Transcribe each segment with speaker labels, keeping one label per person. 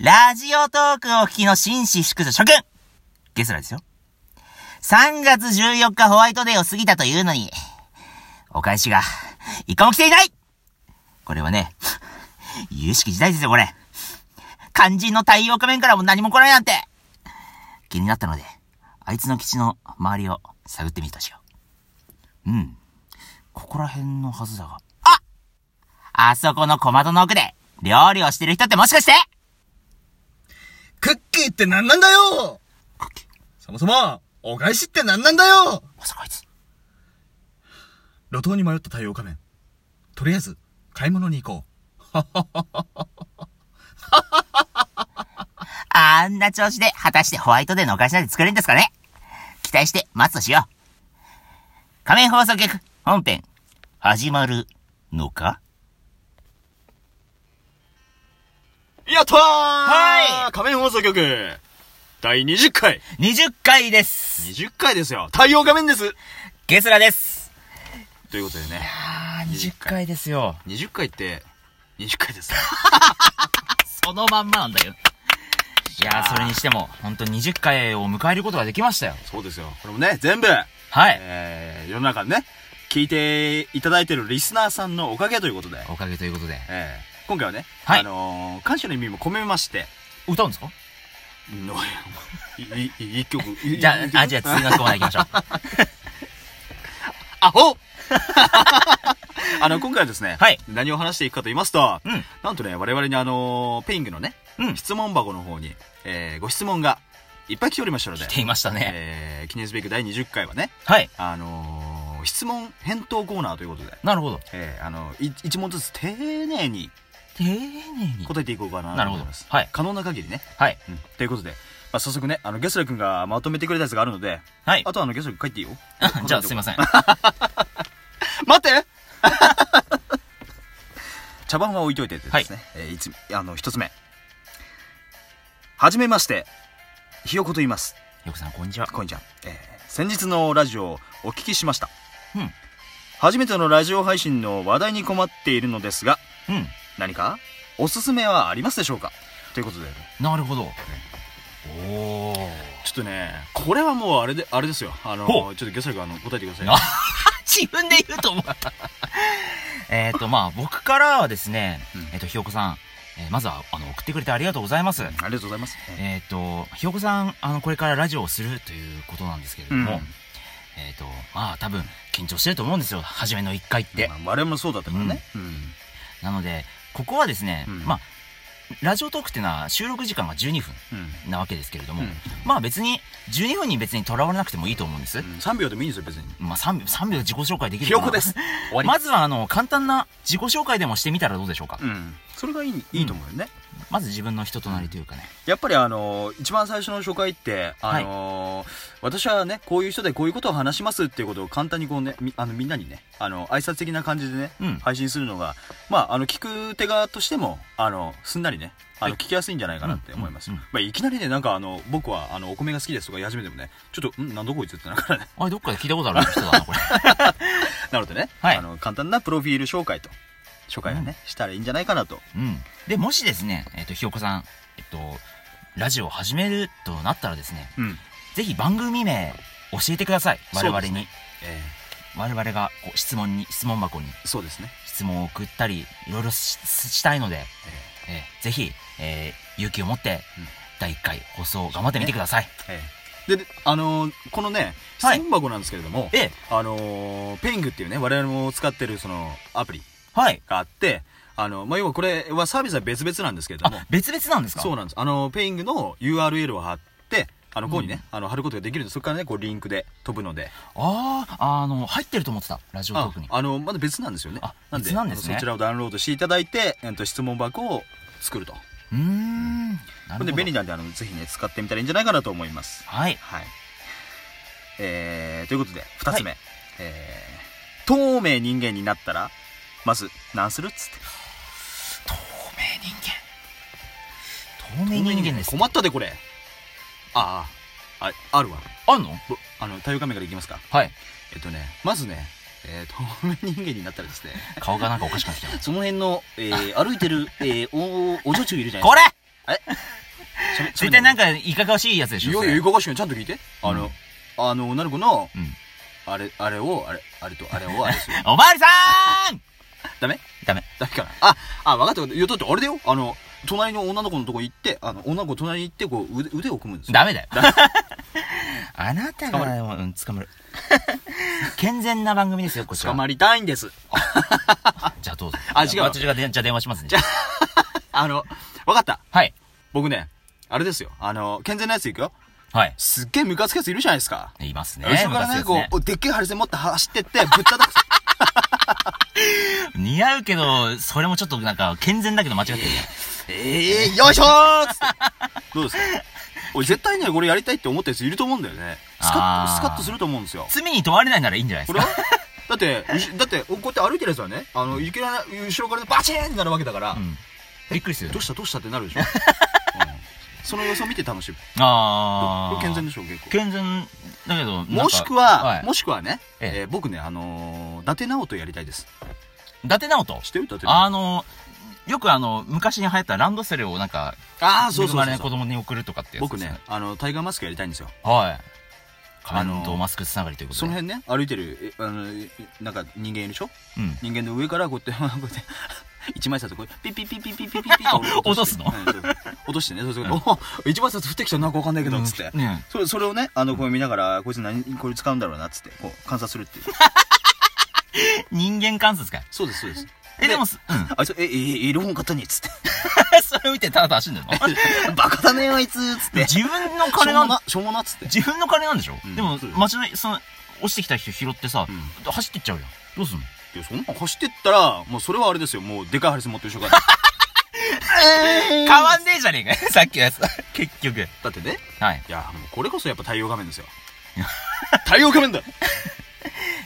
Speaker 1: ラジオトークをお聞きの紳士淑女諸君ゲスラですよ。3月14日ホワイトデーを過ぎたというのに、お返しが、一個も来ていないこれはね、有識時代ですよ、これ。肝心の太陽仮面からも何も来ないなんて気になったので、あいつの基地の周りを探ってみるとしよう。うん。ここら辺のはずだが。ああそこの小窓の奥で、料理をしてる人ってもしかして
Speaker 2: クッキーって何なんだよ
Speaker 1: クッキー
Speaker 2: そもそも、お返しって何なんだよ
Speaker 1: まさかあいつ。
Speaker 2: 路頭に迷った太陽仮面。とりあえず、買い物に行こ
Speaker 1: あんな調子で、果たしてホワイトデーのお返しなんて作れるんですかね期待して待つとしよう。仮面放送局、本編、始まるのか
Speaker 2: う。やったー
Speaker 1: はい
Speaker 2: 仮面放送局、第20回
Speaker 1: ?20 回です。
Speaker 2: !20 回ですよ太陽仮面です
Speaker 1: ゲスラです。
Speaker 2: ということでね、
Speaker 1: あー、
Speaker 2: 20回
Speaker 1: ですよ。
Speaker 2: 20回って、20回 です。
Speaker 1: そのまんまなんだよ。いやー、それにしても、本当に20回を迎えることができましたよ。
Speaker 2: そうですよ。これもね、全部、
Speaker 1: はい。
Speaker 2: えー、世の中にね、聞いていただいてるリスナーさんのおかげということで、
Speaker 1: おかげということで。
Speaker 2: えー、今回はね、
Speaker 1: はい
Speaker 2: あのー、感謝の意味も込めまして、
Speaker 1: 歌うんですか
Speaker 2: のい、い、いい 曲。い
Speaker 1: じゃあ、あ、じゃあ次のコーナー行きましょう。
Speaker 2: あ、アホあの、今回はですね、
Speaker 1: はい
Speaker 2: 何を話していくかと言いますと、
Speaker 1: うん
Speaker 2: なんとね、我々にあのーペイングのね、
Speaker 1: うん
Speaker 2: 質問箱の方に、えー、ご質問がいっぱい来ておりましたので、
Speaker 1: 来ていましたね。
Speaker 2: えー記念すべき第20回はね、
Speaker 1: はい。
Speaker 2: あのー質問返答コーナーということで、
Speaker 1: なるほど。
Speaker 2: えー、あのい一問ずつ丁寧に
Speaker 1: 丁寧に。
Speaker 2: 答えていこうかな
Speaker 1: な
Speaker 2: と
Speaker 1: るほ
Speaker 2: 思
Speaker 1: ど
Speaker 2: います。。
Speaker 1: はい。
Speaker 2: 可能な限りね。
Speaker 1: はい。
Speaker 2: うんということで、まあ、早速ね、あの、ゲスラ君がまとめてくれたやつがあるので、
Speaker 1: はい。。
Speaker 2: あとはあの、ゲスラ君帰っていいよ
Speaker 1: じゃあ、すいません。
Speaker 2: 待って 茶番は置いといてですね、えーいつあの一つ目はじめましてひよこと言います
Speaker 1: よくさん、こんにちは。
Speaker 2: こんにちは、えー先日のラジオをお聞きしました、
Speaker 1: うん
Speaker 2: 初めてのラジオ配信の話題に困っているのですが
Speaker 1: うん。
Speaker 2: 何かおすすめはありますでしょうかということで
Speaker 1: なるほど。おー。
Speaker 2: ちょっとねこれはもうあれであれですよあの
Speaker 1: ほ
Speaker 2: ちょっとゲスラ君あの答えてください
Speaker 1: あ自分で言うと 思った。えっと、まあ、僕からはですね
Speaker 2: うん、
Speaker 1: えっと、ひよこさん、えーまずは、あの、送ってくれてありがとうございます。
Speaker 2: ありがとうございます、
Speaker 1: えっと、ひよこさん、あの、これからラジオをするということなんですけれども、えっと、まあ、多分、緊張してると思うんですよ。初めの1回って
Speaker 2: ま。あ、我々もそうだったからね、うん
Speaker 1: なので、ここはですね、
Speaker 2: うん
Speaker 1: まあ、ラジオトークっていうのは収録時間が12分
Speaker 2: うん
Speaker 1: なわけですけれども、
Speaker 2: うん
Speaker 1: まあ別に、12分に別にとらわれなくてもいいと思うんです。
Speaker 2: 3秒でもいいんですよ別に
Speaker 1: まあ3秒、3秒で自己紹介できる
Speaker 2: 記
Speaker 1: かな
Speaker 2: 憶 です終わり
Speaker 1: まずは、あの、簡単な自己紹介でもしてみたらどうでしょうか。
Speaker 2: うんそれがいいいいと思うよね、
Speaker 1: まず自分の人となりというかね。
Speaker 2: やっぱりあのー一番最初の初回ってあのー私はねこういう人でこういうことを話しますっていうことを簡単にこうねみあのみんなにねあの挨拶的な感じでね、
Speaker 1: うん
Speaker 2: 配信するのがまああの聞く手側としてもあのすんなりねあの聞きやすいんじゃないかなって思いま
Speaker 1: う
Speaker 2: す、
Speaker 1: んうん
Speaker 2: まあ、いきなりねなんかあの僕はあのお米が好きですとか言い始めてもねちょっとんなんだこいつってなるからね
Speaker 1: あれ、どっかで聞いたことある人だな、これ。
Speaker 2: なのでね、
Speaker 1: はい
Speaker 2: あの簡単なプロフィール紹介と紹介をね、したらいいんじゃないかなと
Speaker 1: うん。で、もしですね、えっ、と、ひよこさん、えっ、と、ラジオを始めるとなったらですね、
Speaker 2: うん
Speaker 1: ぜひ番組名教えてください。我々
Speaker 2: そうです
Speaker 1: に。
Speaker 2: ねえ
Speaker 1: 我々がこう質問に、質問箱に
Speaker 2: ーそうですね
Speaker 1: 質問を送ったり、いろいろししたいので、えーぜひ、えー勇気を持って、
Speaker 2: うん
Speaker 1: 第1回放送頑張ってみてください。
Speaker 2: ええで、あのーこのね、質
Speaker 1: はい
Speaker 2: 問箱なんですけれども、
Speaker 1: ええ
Speaker 2: あのーペイングっていうね、我々も使ってるそのアプリ
Speaker 1: はい。
Speaker 2: があって、あの、まあ、要はこれはサービスは別々なんですけれども
Speaker 1: あ、、別々なんですか
Speaker 2: そうなんです。あの、ペイングの URL を貼って、あの、ここにね、あの、貼ることができるんで、そこからね、こう、リンクで飛ぶので、
Speaker 1: あーあ、の、入ってると思ってた。ラジオト
Speaker 2: あ
Speaker 1: ークに。
Speaker 2: あの、まだ別なんですよね。
Speaker 1: あ別なんですね
Speaker 2: あのそちらをダウンロードしていただいて、えっと、質問箱を作ると。
Speaker 1: うーん。な
Speaker 2: これで
Speaker 1: るほ
Speaker 2: 便利
Speaker 1: ど。
Speaker 2: なんで、あの、ぜひね、使ってみたらいいんじゃないかなと思います。
Speaker 1: はい。
Speaker 2: はい。えー、ということで、二つ目。えー、透明人間になったら、まず、何するっつって。
Speaker 1: 透明人間。透明人間です。
Speaker 2: 困ったで、これ。ああ、あ、あるわ。
Speaker 1: あんの
Speaker 2: ぼあの、太陽カメからいきますか。
Speaker 1: はい。
Speaker 2: えっとね、まずね、えー、透明人間になったら ですね、
Speaker 1: 顔がなんかおかしくなってきた。
Speaker 2: その辺の、えー、歩いてる、えー、お、お女中いるじゃない
Speaker 1: これ
Speaker 2: え
Speaker 1: 絶対なん
Speaker 2: か、
Speaker 1: か、いかがわしいやつでし
Speaker 2: い
Speaker 1: ょ。
Speaker 2: よ
Speaker 1: そ
Speaker 2: いよ、
Speaker 1: れ
Speaker 2: ゆかがしくんちゃんと聞いて。あの、あの、女の子の、
Speaker 1: うん。
Speaker 2: あれ、あれを、あれ、あれと、あれを、あれす る。
Speaker 1: おまわりさーん
Speaker 2: ダメ
Speaker 1: ダメ。
Speaker 2: ダメかなあ、あ、分かった分かった。いや、だってあれだよ。あの、隣の女の子のとこ行って、あの、女の子隣に行って、こう、腕、腕を組むんですよ。
Speaker 1: ダメだよ
Speaker 2: ダメ。
Speaker 1: あなた
Speaker 2: 捕ま
Speaker 1: が、うん、捕まる。 健全な番組ですよ、こちら。
Speaker 2: 捕まりたいんです。
Speaker 1: じゃあどうぞ。
Speaker 2: あ違う
Speaker 1: 私がで、じゃあ電話しますね。
Speaker 2: あの、分かった。
Speaker 1: はい。
Speaker 2: 僕ね、あれですよ。あの、健全なやつ行くよ。
Speaker 1: はい。
Speaker 2: すっげえムカつくやついるじゃないですか。
Speaker 1: いますね。
Speaker 2: 後ろから
Speaker 1: ムカ
Speaker 2: ね、
Speaker 1: つく
Speaker 2: こ
Speaker 1: やつね
Speaker 2: う、でっけえ針線持って走ってって、ぶっ叩く。
Speaker 1: 似合うけど、それもちょっとなんか、健全だけど間違ってるね。
Speaker 2: ええよいしょーっつって。どうですか俺絶対ね、これやりたいって思ったやついると思うんだよね。スカッ
Speaker 1: あー
Speaker 2: と、スカッとすると思うんですよ。
Speaker 1: 罪に問われないならいいんじゃないで
Speaker 2: こ
Speaker 1: す
Speaker 2: れ
Speaker 1: か
Speaker 2: は。だって、うしだって、こうやって歩いてるやつはね、あの、いきなり後ろからねバチーンってなるわけだから、
Speaker 1: うん。びっくりする
Speaker 2: どう。したどうしたってなるでしょ。うんその様子を見て楽しむ。
Speaker 1: あ
Speaker 2: こ
Speaker 1: ー。
Speaker 2: れ健全でしょ、結構。
Speaker 1: 健全だけど、なんか
Speaker 2: もしくは、
Speaker 1: はい
Speaker 2: もしくはね、
Speaker 1: ええ
Speaker 2: えー僕ね、あのー、伊達直人やりたいです。
Speaker 1: 伊達直人
Speaker 2: 知ってる伊達直人。
Speaker 1: あの、よくあの、昔に流行ったランドセルをなんか、
Speaker 2: ああ、そうそう
Speaker 1: 恵まれ
Speaker 2: そ
Speaker 1: な
Speaker 2: う
Speaker 1: い子供に送るとかってやつ
Speaker 2: 僕
Speaker 1: ですよ
Speaker 2: ね。、あの、タイガーマスクやりたいんですよ。
Speaker 1: はい。
Speaker 2: あの
Speaker 1: 感動マスクつながりということで。
Speaker 2: その辺ね、歩いてる、えあの、えなんか人間いるでしょ
Speaker 1: うん。
Speaker 2: 人間の上からこうやって、こうやって、一枚札をこう、ピッピッピッピッピッピッピッピ
Speaker 1: あ
Speaker 2: ッ
Speaker 1: 落
Speaker 2: うんそう落としてね、そうそう、お一枚札降ってきたなんかわかんないけど、つって。
Speaker 1: ね
Speaker 2: それそれをね、あの、こう見ながら、こいつ何、これ使うんだろうな、つって、こう、観察するっていう。
Speaker 1: 人間観察か。
Speaker 2: そうです、そうです。
Speaker 1: え、でも、すうん。
Speaker 2: あいつ、え、え、え、色本買ったね、つって。
Speaker 1: それ見てただただ走んで るの
Speaker 2: バカだね、あいつ、つって。
Speaker 1: 自分の
Speaker 2: しょう
Speaker 1: 金
Speaker 2: も
Speaker 1: なん
Speaker 2: な、しょうもな、つって。
Speaker 1: 自分の金なんでしょ
Speaker 2: うん
Speaker 1: でも
Speaker 2: そう、だよ
Speaker 1: 街の、その、落ちてきた人拾ってさ
Speaker 2: うん、
Speaker 1: 走ってっちゃうよ。どうすんの
Speaker 2: いやそんなん走ってったら、もうそれはあれですよ、もう、でかいハリス持ってる 人が。
Speaker 1: 変
Speaker 2: 変
Speaker 1: わんねえじゃねえかよ、さ っきのやつ。結局。
Speaker 2: だってね、
Speaker 1: はい。
Speaker 2: いや、もうこれこそやっぱ太陽画面ですよ。太陽画面だ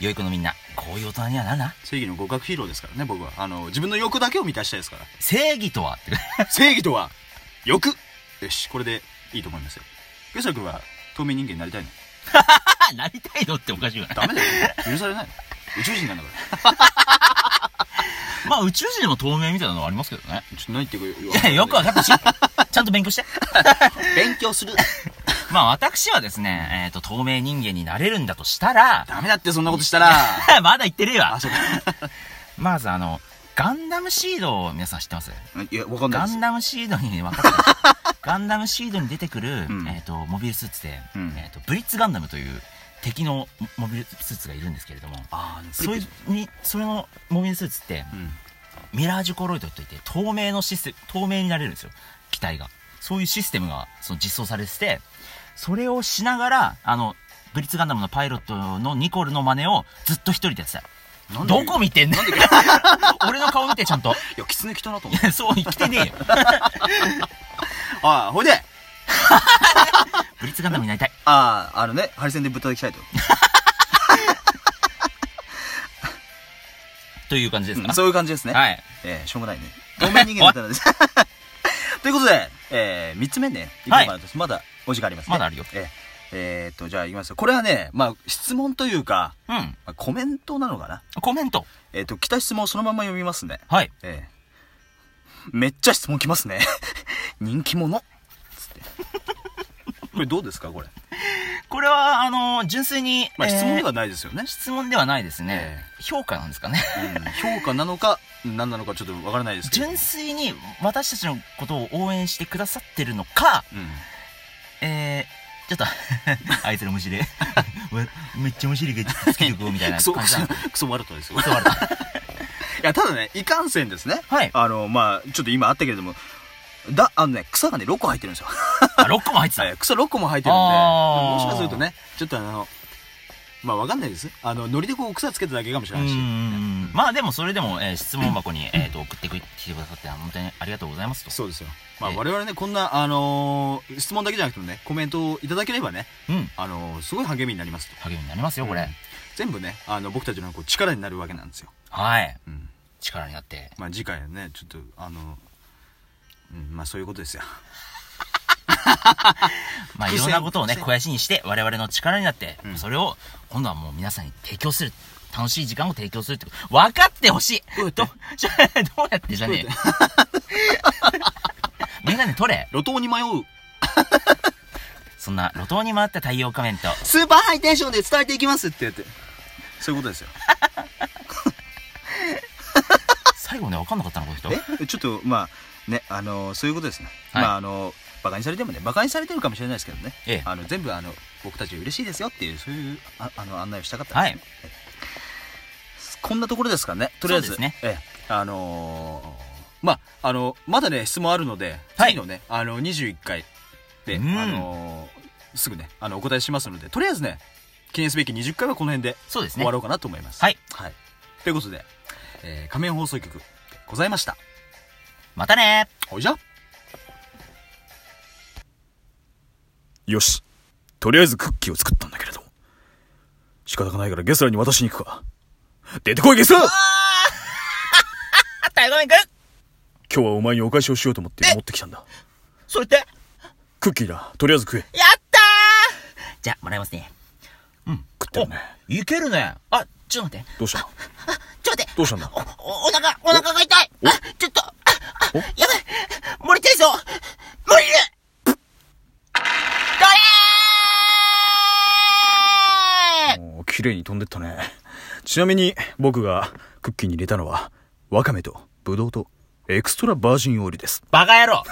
Speaker 1: 良い子のみんな、こういう大人にはならな。
Speaker 2: 正義の互角ヒーローですからね、僕は。あの、自分の欲だけを満たしたいですか
Speaker 1: 正義とはって。
Speaker 2: ら。正義とは、欲よし、これでいいと思いますよ。ゲサ君は、透明人間になりたいの
Speaker 1: なりたいのっておかしいよね。
Speaker 2: ダメだよ。許されないの。宇宙人なんだか
Speaker 1: まあ宇宙人でも透明みたいなのはありますけどね。
Speaker 2: ら。ちょっと何言って く
Speaker 1: いや、よくわかったし。ちゃんと勉強して。
Speaker 2: 勉強する。
Speaker 1: まあ私はですね、えっ、と、透明人間になれるんだとしたら、
Speaker 2: ダメだって、そんなこと したら。
Speaker 1: まだ言ってるわ
Speaker 2: あ、。そうか。
Speaker 1: まずあの、ガンダムシードを皆さん知ってます
Speaker 2: いや、わかんない
Speaker 1: ガ
Speaker 2: です
Speaker 1: ン。ダムシードに、分か った。ガンダムシードに出てくる、
Speaker 2: うん
Speaker 1: えっ、と、モビルスーツで、
Speaker 2: うん
Speaker 1: えっ、と、ブリッツガンダムという敵のモビルスーツがいるんですけれども、
Speaker 2: あー
Speaker 1: それに、それのモビルスーツって、
Speaker 2: うん。
Speaker 1: ミラージュコロイドといって透明のシステム、透明になれるんですよ。機体が。そういうシステムがその実装されてて、それをしながら、あの、ブリッツガンダムのパイロットのニコルの真似をずっと一人でやってた。
Speaker 2: なんで
Speaker 1: どこ見てんねん 俺の顔見てちゃんと。
Speaker 2: いや、狐来たなと思っ
Speaker 1: いやそう、生きてねえよ。
Speaker 2: て。 ああ、ほいで、
Speaker 1: ブリッツガンダムになりたい。
Speaker 2: ああ、あのね、ハリセンでぶったたきたいと。
Speaker 1: という感じですか、
Speaker 2: そういう感じですね。
Speaker 1: はい。
Speaker 2: えー、しょうもないね。透明人間だったの です。ということで、えー、3つ目ね、いこうかなと、まだお時間ありますね。
Speaker 1: まだあるよ
Speaker 2: えーえーっと、じゃあいきますよ。これはね、まあ、質問というか、
Speaker 1: うん。
Speaker 2: まあ、コメントなのかな。
Speaker 1: コメント。
Speaker 2: えーっと、来た質問をそのまま読みますね。
Speaker 1: はい。
Speaker 2: えー、めっちゃ質問来ますね。 人気者。つって。これどうですかこれ。
Speaker 1: これは、あのー純粋に、
Speaker 2: まあ、質問で
Speaker 1: えー
Speaker 2: はないですよね。
Speaker 1: 質問ではないですね。評価なんですかね。
Speaker 2: うん、評価なのか、何なのかちょっとわからないですけど。
Speaker 1: 純粋に私たちのことを応援してくださってるのか、
Speaker 2: うん。
Speaker 1: えー、ちょっと あいつら面白いめっちゃ面白いけどつけてこうみたいな
Speaker 2: クソ、
Speaker 1: 感
Speaker 2: ク
Speaker 1: じ
Speaker 2: ソ
Speaker 1: なんで、
Speaker 2: クソ悪かったですよ。
Speaker 1: 断れた
Speaker 2: いや、ただね、いかんせんですね。
Speaker 1: はい
Speaker 2: あの、まあ、ちょっと今あったけれども、だ、あのね、草がね、6個入ってるんですよ。
Speaker 1: あ6個も入ってた、
Speaker 2: はい草6個も生えてるん
Speaker 1: あー
Speaker 2: で、もしかするとね、ちょっとあの、まあ、わかんないです。あの、ノリでこう草つけただけかもし
Speaker 1: う
Speaker 2: れないし。
Speaker 1: んまあでもそれでも、えー質問箱に、えー、と送ってきてくださって本当にありがとうございますと
Speaker 2: そうですよ。まあ、
Speaker 1: ええ
Speaker 2: 我々ね、こんな、あのー質問だけじゃなくてもね、コメントをいただければね、
Speaker 1: うん
Speaker 2: あのーすごい励みになりますと。
Speaker 1: 励みになりますよこれ、
Speaker 2: うん全部ね、あの、僕たちのこう力になるわけなんですよ。
Speaker 1: はい
Speaker 2: うん。
Speaker 1: 力になって
Speaker 2: まあ、次回はね、ちょっと、あの、うん、まあ、そういうことですよ。
Speaker 1: まあい
Speaker 2: 伏線
Speaker 1: ろんなことをね
Speaker 2: 伏線
Speaker 1: 肥やしにして我々の力になって、
Speaker 2: うん
Speaker 1: それを今度はもう皆さんに提供する楽しい時間を提供するってこと分かってほしい
Speaker 2: どうやっ て
Speaker 1: どどうやってじゃねえよメガだね、取れ。
Speaker 2: 路頭に迷う。
Speaker 1: そんな、路頭に回った太陽仮面と、
Speaker 2: スーパーハイテンションで伝えていきますってやって。そういうことですよ。
Speaker 1: 最後ね、わかんなかったな、この人。
Speaker 2: え ちょっと、まあ、ね、あの、そういうことですね。
Speaker 1: はい
Speaker 2: まあ、あの、バカにされてもね、バカにされてるかもしれないですけどね。
Speaker 1: ええ
Speaker 2: あの、全部、あの、僕たち嬉しいですよっていう、そういう、ああの、案内をしたかった
Speaker 1: は
Speaker 2: です
Speaker 1: い
Speaker 2: ね。。こんなところですかね。とりあえず。
Speaker 1: そうですね
Speaker 2: ええ、あのーまあ、あの、まだね、質問あるので、
Speaker 1: はい
Speaker 2: 次のね、あの、21回で、
Speaker 1: うん
Speaker 2: あのーすぐね、あの、お答えしますので、とりあえずね、記念すべき20回はこの辺で
Speaker 1: そうです
Speaker 2: 終
Speaker 1: ね
Speaker 2: わ。ろうかなと思います。
Speaker 1: はい。
Speaker 2: はい。ということで、えー、仮面放送局、ございました。
Speaker 1: またね
Speaker 2: ほいじゃ。
Speaker 3: よし。とりあえずクッキーを作ったんだけれど。仕方がないからゲスラに渡しに行くか。出てこいゲスラ今
Speaker 1: あったよ、ごめんくん
Speaker 3: 日はお前にお返しをしようと思って持ってきたんだ。
Speaker 1: それって、やっ
Speaker 3: クッキーだ。とりあえず食え。
Speaker 1: たーじゃあ、もらいますね。
Speaker 3: 食ってるね。
Speaker 1: おいけるね。あ、ちょっと待って。
Speaker 3: どうした
Speaker 1: ちょっと待って。
Speaker 3: どうしたんだ
Speaker 1: お、おお腹、お腹が痛い。あ、ちょっと、あ、あ、やばい。漏れてるぞ。漏れる。これー
Speaker 3: おー綺麗に飛んでったね。ちなみに僕がクッキーに入れたのは、ワカメとブドウとエクストラバージンオイルです。
Speaker 1: バカ野郎。